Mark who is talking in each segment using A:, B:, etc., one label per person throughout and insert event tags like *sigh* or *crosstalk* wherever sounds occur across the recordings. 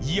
A: 以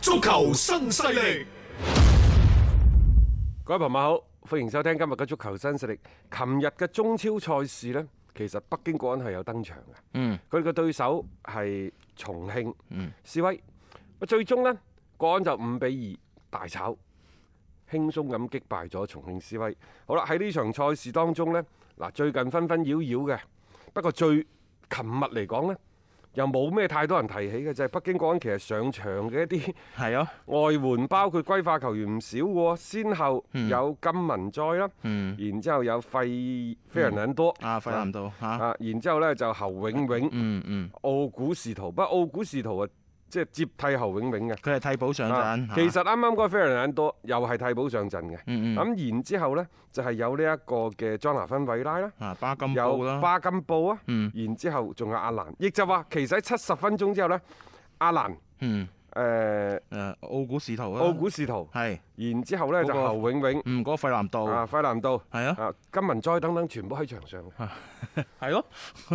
A: 足球新勢力，
B: 各位朋友好，歡迎收聽今日嘅足球新勢力。琴日嘅中超賽事呢，其實北京國安係有登場嘅。嗯，佢哋嘅對手係重慶、示威。最終呢，國安就五比二大炒，輕鬆咁擊敗咗重慶示威。好啦，喺呢場賽事當中呢，嗱最近紛紛擾擾嘅，不過最琴日嚟講呢，又冇咩太多人提起嘅，就係、北京國安其實上場嘅一啲。
C: 係啊，
B: 外援包括歸化球員唔少喎，先後
C: 嗯
B: 有金文哉啦，
C: 嗯
B: 然之後有費費仁兩多
C: 啊，費南道嚇，啊
B: 啊，然之後呢就侯永永、
C: 嗯嗯，
B: 奧古士圖，不過奧古士圖啊，即係接替侯永永嘅。
C: 佢係替補上
B: 啊
C: 陣，
B: 其
C: 嚇
B: 實啱啱嗰個費仁兩多又係替補上陣嘅，咁、
C: 嗯嗯，
B: 然之後呢，就係有呢一個嘅莊拿芬維拉啦，
C: 啊巴金
B: 有
C: 布啦，
B: 巴金布啊，
C: 嗯
B: 然之後仲有阿蘭，亦就話其實喺七十分鐘之後呢，阿蘭誒、
C: 嗯
B: 呃、
C: 誒奧古士圖啦，
B: 奧古士圖。
C: 係
B: 然之後呢，
C: 嗰
B: 就
C: 個
B: 侯永永、
C: 嗯嗰個費南道
B: 啊、費南道、
C: 係啊，
B: 啊、金文哉等等，全部喺場上。
C: 係咯，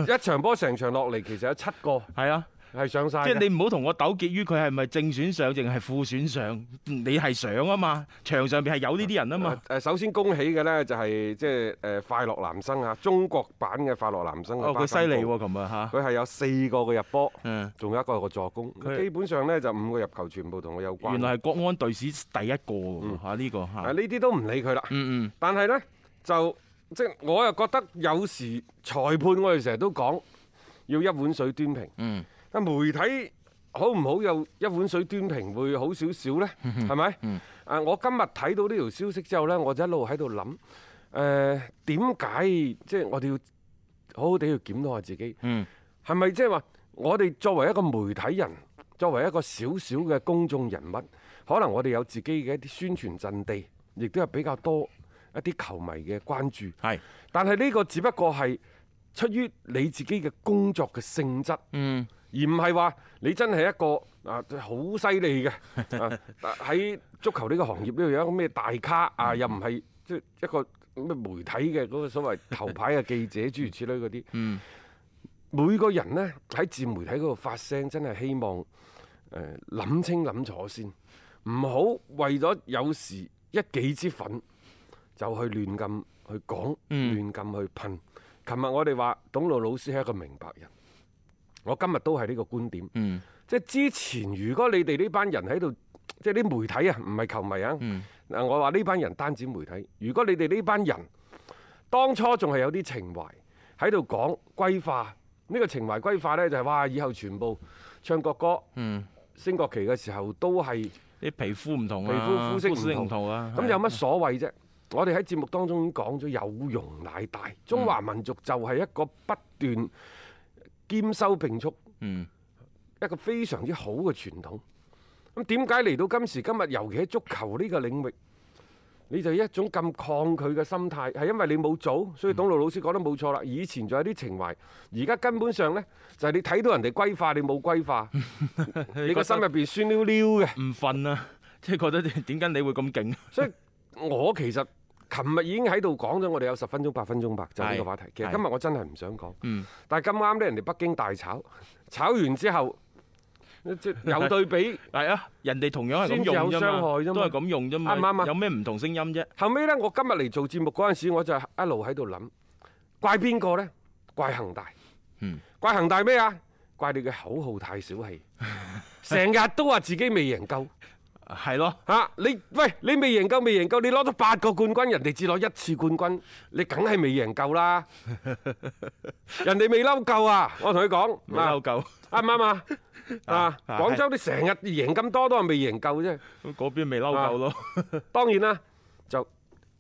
B: 一場波成場落嚟，其實有七個
C: 係啊，
B: 係上晒
C: 即係
B: 嘅。
C: 你唔好同我糾結於佢係咪正選上定係副選上，你係上啊嘛，場上邊係有呢啲人啊嘛，
B: 誒首先恭喜嘅呢，就係即係誒快樂男生啊，中國版嘅快樂男生啊。
C: 哦
B: 巴
C: 佢
B: 金
C: 犀
B: 布
C: 利喎，琴日嚇，
B: 佢係有四個嘅入波，
C: 嗯，
B: 仲有一個係個助攻。
C: 佢
B: 基本上呢，就五個入球全部同我有關。
C: 原來係國安隊史第一個喎嚇呢個
B: 啊
C: 嚇
B: 呢，啲都唔理佢啦。
C: 嗯嗯，
B: 但係呢，就即係我又覺得有時裁判我哋成日都講要一碗水端平。
C: 嗯。
B: 但媒體好唔好有一碗水端平會好少少呢？
C: 嗯
B: 係咪？啊！我今日睇到呢條消息之後呢，我就一路喺度諗，誒點解即係我哋要好好地去檢討下自己？
C: 嗯
B: 係咪即係話我哋作為一個媒體人，作為一個小小嘅公眾人物，可能我哋有自己嘅一啲宣傳陣地，亦都有比較多一啲球迷嘅關注。
C: 係，
B: 但係呢個只不過係出於你自己嘅工作嘅性質，
C: 嗯，
B: 而唔係話你真係一個啊好犀利
C: *laughs*
B: 嘅啊啊喺足球呢個行業呢度有一個咩大咖啊，
C: 嗯
B: 又唔係即係一個咩媒體嘅嗰個所謂頭牌嘅記者諸如此類嗰啲。
C: *laughs* 嗯
B: 每個人呢，喺自媒體嗰度發聲，真係希望誒諗清諗楚先，唔好為咗有時一己之憤就去亂咁去講，
C: 嗯
B: 亂咁去噴。琴日我哋話董路老師係一個明白人，我今日都係呢個觀點。
C: 嗯
B: 即係之前，如果你哋呢班人喺度，即係啲媒體啊，唔係球迷啊。嗱、
C: 嗯
B: 我話呢班人單指媒體。如果你哋呢班人當初仲係有啲情懷喺度講歸化，呢、個情懷歸化呢，就係、哇，以後全部唱國歌、
C: 嗯，
B: 升國旗嘅時候都係
C: 啲皮膚唔同啊，
B: 皮膚膚色唔同
C: 唔同啊，
B: 咁，有乜所謂啫？我哋喺節目當中已經講咗有容乃大，中華民族就係一個不斷兼收並蓄。
C: 嗯。
B: 一個非常之好嘅傳統。咁點解嚟到今時今日，尤其喺足球呢個領域，你就一種咁抗拒嘅心態，係因為你冇做，所以董路老師講得冇錯啦。以前仲有啲情懷，而家根本上呢，就係、你睇到人哋歸化，你冇歸
C: *laughs*
B: 化，你個心入邊酸溜溜嘅。
C: 唔瞓啊， *laughs* 即係覺得點解你會咁勁？
B: 所以我其實琴日已經喺度講咗，我哋有十分鐘、八分鐘吧，就呢個話題。其實
C: 係
B: 今日我真係唔想講，
C: 嗯
B: 但係咁啱呢，人哋北京大炒， *laughs* 炒完之後，即
C: *laughs*
B: 係有對比。
C: 係啊，人哋同樣係咁用
B: 先至有
C: 啫
B: 傷害啫嘛
C: 嘛，都係咁用啫嘛，
B: 啱唔啱啊
C: 有咩唔同聲音啫？
B: 後尾呢，我今日嚟做節目嗰陣時，我就一路喺度諗，怪邊個呢？怪恒大。
C: 嗯
B: 怪恒大
C: *laughs*
B: 咩啊？怪你嘅口號太小氣，成日都話自己未贏夠，
C: 係咯，
B: 嚇、你喂你未贏夠未贏夠，你攞咗八個冠軍，人哋只攞一次冠軍，你梗係未贏夠
C: *laughs*
B: 啦。人哋未嬲夠啊！我同佢講，
C: 未嬲夠，
B: 啱唔啱啊？啊！
C: *laughs* 啊
B: 廣州啲成日贏咁多都係未贏夠啫。
C: 嗰邊未嬲夠咯。
B: 當然啦，就誒、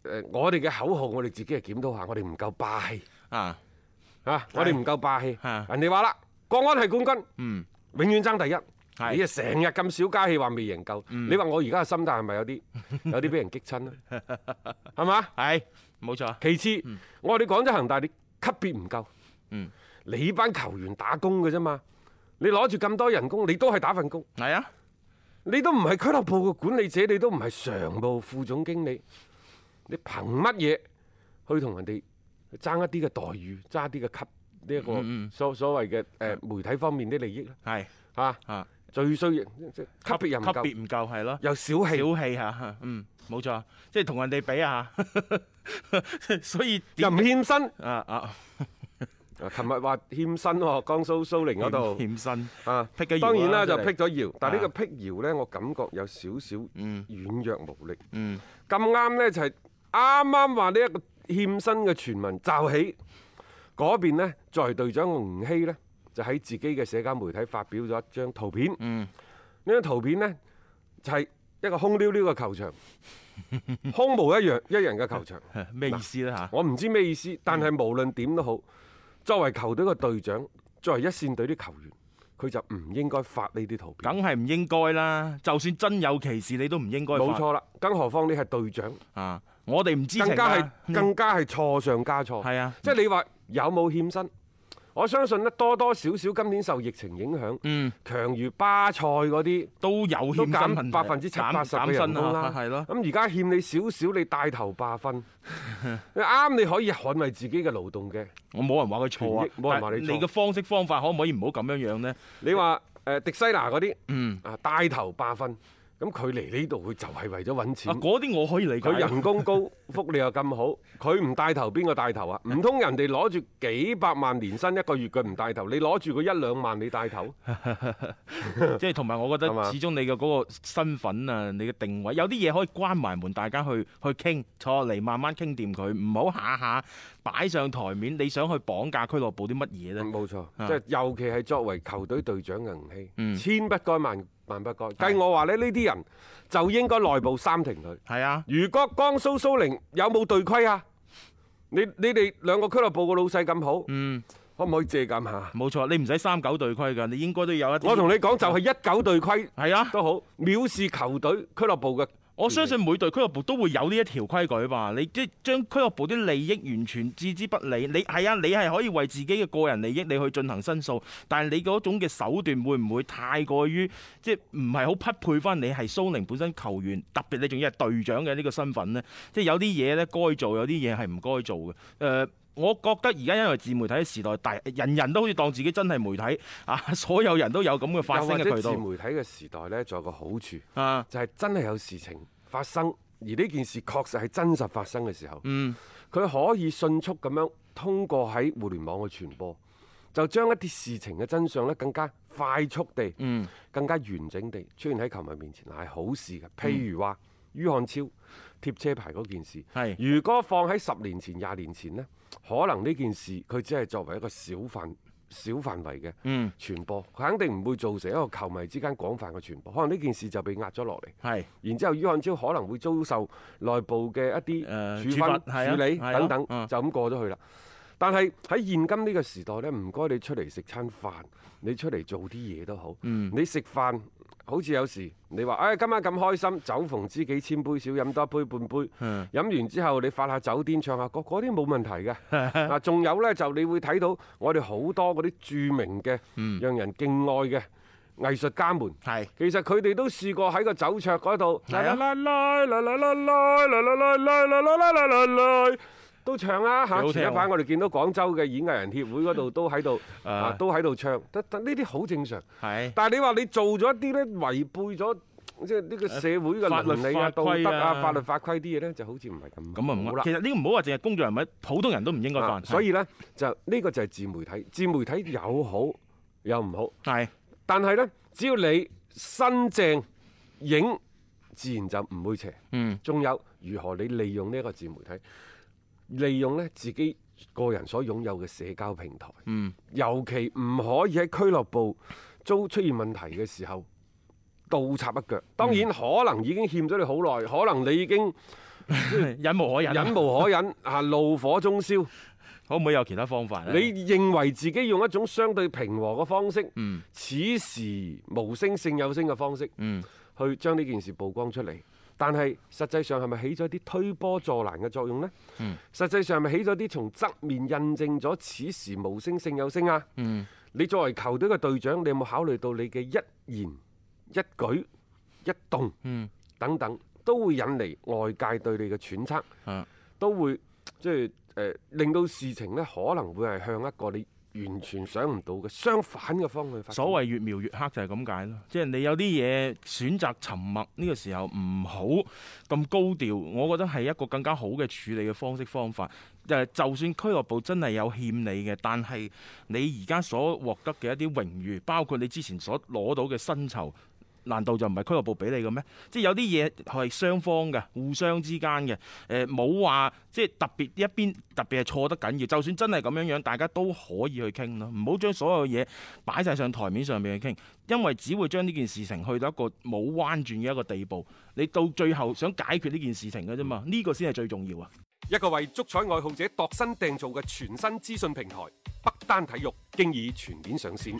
B: 呃我哋嘅口號，我哋自己係檢討下，我哋唔夠霸氣
C: 啊，
B: 啊！我哋唔夠霸氣。
C: 係
B: 人哋話啦，國安係冠軍，
C: 嗯，
B: 永遠爭第一。
C: 係
B: 你啊成日咁少家氣話未贏夠，你話我而家嘅心態係咪有啲有啲俾人激親啊？係嘛？
C: 係冇錯。
B: 其次，我哋廣州恒大你級別唔夠，
C: 嗯，
B: 你班球員打工嘅啫嘛，你攞住咁多人工，你都係打份工。
C: 係啊，
B: 你都唔係俱樂部嘅管理者，你都唔係常務副總經理，你憑乜嘢去同人哋爭一啲嘅待遇，爭一啲嘅級呢一
C: 嗯嗯啊
B: 個所所謂嘅誒媒體方面啲利益咧
C: 係
B: 嚇？
C: 啊，
B: 最衰嘅即係級別又唔
C: 級
B: 夠，
C: 別唔夠係咯。
B: 又小氣，
C: 小氣嚇，嗯，冇錯，即係同人哋比啊， *laughs* 所以
B: 又唔欠薪。
C: 啊啊，
B: 啊琴日話欠薪喎，江蘇蘇寧嗰度
C: 欠身，
B: 啊
C: 辟咗謠啦
B: 當然啦，
C: 真
B: 就
C: 係
B: 辟咗謠，但係呢
C: 啊
B: 個辟謠呢，我感覺有少少
C: 嗯
B: 軟弱無力。
C: 嗯，
B: 咁啱呢，就係啱啱話呢一個欠薪嘅傳聞罩起，嗰邊呢作為隊長吳曦呢，就喺自己嘅社交媒體發表咗一張圖片。
C: 嗯
B: 呢張圖片呢，就係、一個空溜溜嘅球
C: *laughs*
B: 場，空無一樣一人嘅球場。
C: 咩意思咧嚇？
B: 我唔知咩意
C: 嗯
B: 思，但係無論點都好，作為球隊嘅隊長，作為一線隊啲球員，佢就唔應該發呢啲圖片。
C: 梗係唔應該啦，就算真有其事，你都唔應該發。
B: 冇錯啦，更何況你係隊長，
C: 啊，我哋唔知情
B: 更加係
C: 啊
B: 更加係錯上加錯。
C: 係啊，
B: 即係你話有冇欠薪？我相信咧多多少少今年受疫情影響，
C: 嗯
B: 強如巴塞嗰啲
C: 都有
B: 都
C: 欠薪問題
B: 減百分之七八十嘅
C: 減
B: 人
C: 薪
B: 工
C: 啊
B: 啦，
C: 係咯，
B: 咁而家欠你少少，你帶頭罷
C: *laughs*
B: 訓，你啱你可以捍衞自己嘅勞動嘅。
C: 我冇人話佢錯
B: 權
C: 啊
B: 益，冇人話你
C: 但係
B: 錯
C: 你嘅方式方法可唔可以唔好咁樣樣咧？
B: 你話誒迪西拿嗰啲，
C: 嗯
B: 啊帶頭罷訓，咁佢嚟呢度佢就係為咗揾
C: 啊，
B: 錢。
C: 嗰啲我可以理解。
B: 佢
C: *laughs*
B: 人工高，福利又咁好，佢唔帶頭邊個帶頭啊？唔通人哋攞住幾百萬年薪一個月，佢唔帶頭，你攞住個一兩萬你帶頭？ *laughs*
C: 即係同埋，我覺
B: 係嘛
C: 得始終你嘅嗰個身份啊，你嘅定位有啲嘢可以關埋門，大家去去傾，坐落嚟慢慢傾掂佢，唔好下下擺上台面。你想去綁架俱樂部啲乜嘢咧？
B: 冇錯，
C: 啊
B: 即係尤其係作為球隊隊長嘅吳曦，
C: 嗯
B: 千不該萬萬不該。計我話咧，呢啲人就應該內部三停佢。
C: 係啊，
B: 如果江蘇蘇寧有冇隊規啊？你你哋兩個俱樂部個老細咁好，
C: 嗯，
B: 可唔可以借鑑下？
C: 冇錯，你唔使三九對規㗎，你應該都有一啲。
B: 我同你講，就係一九隊規
C: 係啊，
B: 都好，藐視球隊俱樂部嘅。
C: 我相信每隊俱樂部都會有呢一條規矩吧。你即係將俱樂部啲利益完全置之不理。你係啊，你係可以為自己嘅個人利益你去進行申訴，但係你嗰種嘅手段會唔會太過於即係唔係好匹配翻你係蘇寧本身球員，特別你仲要係隊長嘅呢個身份呢？即係有啲嘢呢該做，有啲嘢係唔該做嘅。誒、我覺得而家因為自媒體嘅時代，大人人都好似當自己真係媒體啊，所有人都有咁嘅發
B: 又
C: 聲
B: 或
C: 嘅
B: 者
C: 渠
B: 自
C: 道
B: 媒體嘅時代呢，仲有個好處，就
C: 啊，
B: 係真係有事情發生，而呢件事確實係真實發生嘅時候，
C: 嗯，
B: 佢可以迅速咁樣通過喺互聯網嘅傳播，就將一啲事情嘅真相呢更加快速地、
C: 嗯、
B: 更加完整地出現喺球迷面前，係好事嘅。譬如話，于漢超貼車牌嗰件事，
C: 嗯係
B: 如果放喺十年前、廿年前呢，可能呢件事佢只係作為一個小範小範圍嘅
C: 嗯
B: 傳播，佢肯定唔會造成一個球迷之間廣泛嘅傳播。可能呢件事就被壓咗落嚟，
C: 係。
B: 然之後于漢超可能會遭受內部嘅一
C: 誒
B: 啲處
C: 處
B: 分
C: 罰、係啊
B: 處理
C: 係啊
B: 等等，
C: 嗯
B: 就咁過咗去啦。但係喺現今呢個時代呢，唔該你出嚟食餐飯，你出嚟做啲嘢都好。
C: 嗯
B: 你食飯好似有時你話，唉、今晚咁開心，酒逢知己千杯少，飲多一杯半杯。
C: 嗯
B: 飲完之後，你發下酒癲，唱下歌，嗰啲冇問題嘅。
C: *laughs*
B: 嗱，仲有呢，就你會睇到我哋好多嗰啲著名嘅、
C: 嗯
B: 讓人敬愛嘅藝術家們。
C: 係
B: 其實佢哋都試過喺個酒桌嗰度，
C: 係啊
B: 啦啦啦啦啦啦啦啦啦啦啦啦啦啦啦啦都唱啊
C: 好
B: 嚇！
C: 聽
B: 前一
C: 喎
B: 排我哋見到廣州嘅演藝人協會嗰度都喺度啊
C: 啊，
B: 都喺度唱，得得呢啲好正常。
C: 係
B: 但係你話你做咗一啲咧違背咗即係呢個社會嘅
C: 法律
B: 倫理啊、
C: 法
B: 道
C: 規
B: 德啊、
C: 啊
B: 法律法規啲嘢咧，就好似唔係咁
C: 咁啊唔
B: 好
C: 啱。
B: 啦
C: 其。實呢個唔好話淨係公眾人物，普通人都唔應該
B: 啊
C: 犯。
B: 所以咧就呢個就係自媒體，自媒體有好有唔好，
C: 係
B: 但係咧只要你新淨影自然就唔會邪。
C: 嗯，
B: 仲有如何你利用呢一個自媒體，利用呢自己個人所擁有嘅社交平台，
C: 嗯，
B: 尤其唔可以喺俱樂部遭出現問題嘅時候倒插一
C: 嗯
B: 腳。當然可能已經欠咗你好耐，可能你已經
C: 忍無可忍啊，
B: 忍無可忍啊，怒火中燒。
C: 可唔可以有其他方法咧？
B: 你認為自己用一種相對平和嘅方式，
C: 嗯
B: 此時無聲勝有聲嘅方式，
C: 嗯
B: 去將呢件事曝光出嚟。但係實際上係咪起咗啲推波助瀾嘅作用呢？
C: 嗯、
B: 實際上係咪起咗啲從側面印證咗此時無聲勝有聲啊？
C: 嗯
B: 你作為球隊嘅隊長，你有冇考慮到你嘅一言一舉一動
C: 嗯
B: 等等，都會引嚟外界對你嘅揣測，
C: 嗯
B: 都會即係誒令到事情呢可能會係向一個你完全想唔到嘅相反嘅方向發展。
C: 所謂越描越黑就係咁解咯，即係你有啲嘢選擇沉默呢個時候唔好咁高調，我覺得係一個更加好嘅處理嘅方式方法。誒，就算俱樂部真係有欠你嘅，但係你而家所獲得嘅一啲榮譽，包括你之前所攞到嘅薪酬。難道就唔係俱樂部俾你嘅咩？即係有啲嘢係雙方嘅，互相之間嘅。誒冇話即係特別一邊特別係錯得緊要，就算真係咁樣樣，大家都可以去傾咯，唔好將所有嘢擺晒上台面上面去傾，因為只會將呢件事情去到一個冇彎轉嘅一個地步。你到最後想解決呢件事情嘅啫嘛，呢、個先係最重要啊！
B: 一個為足彩愛好者度身訂造嘅全新資訊平台北單體育，經已全面上線。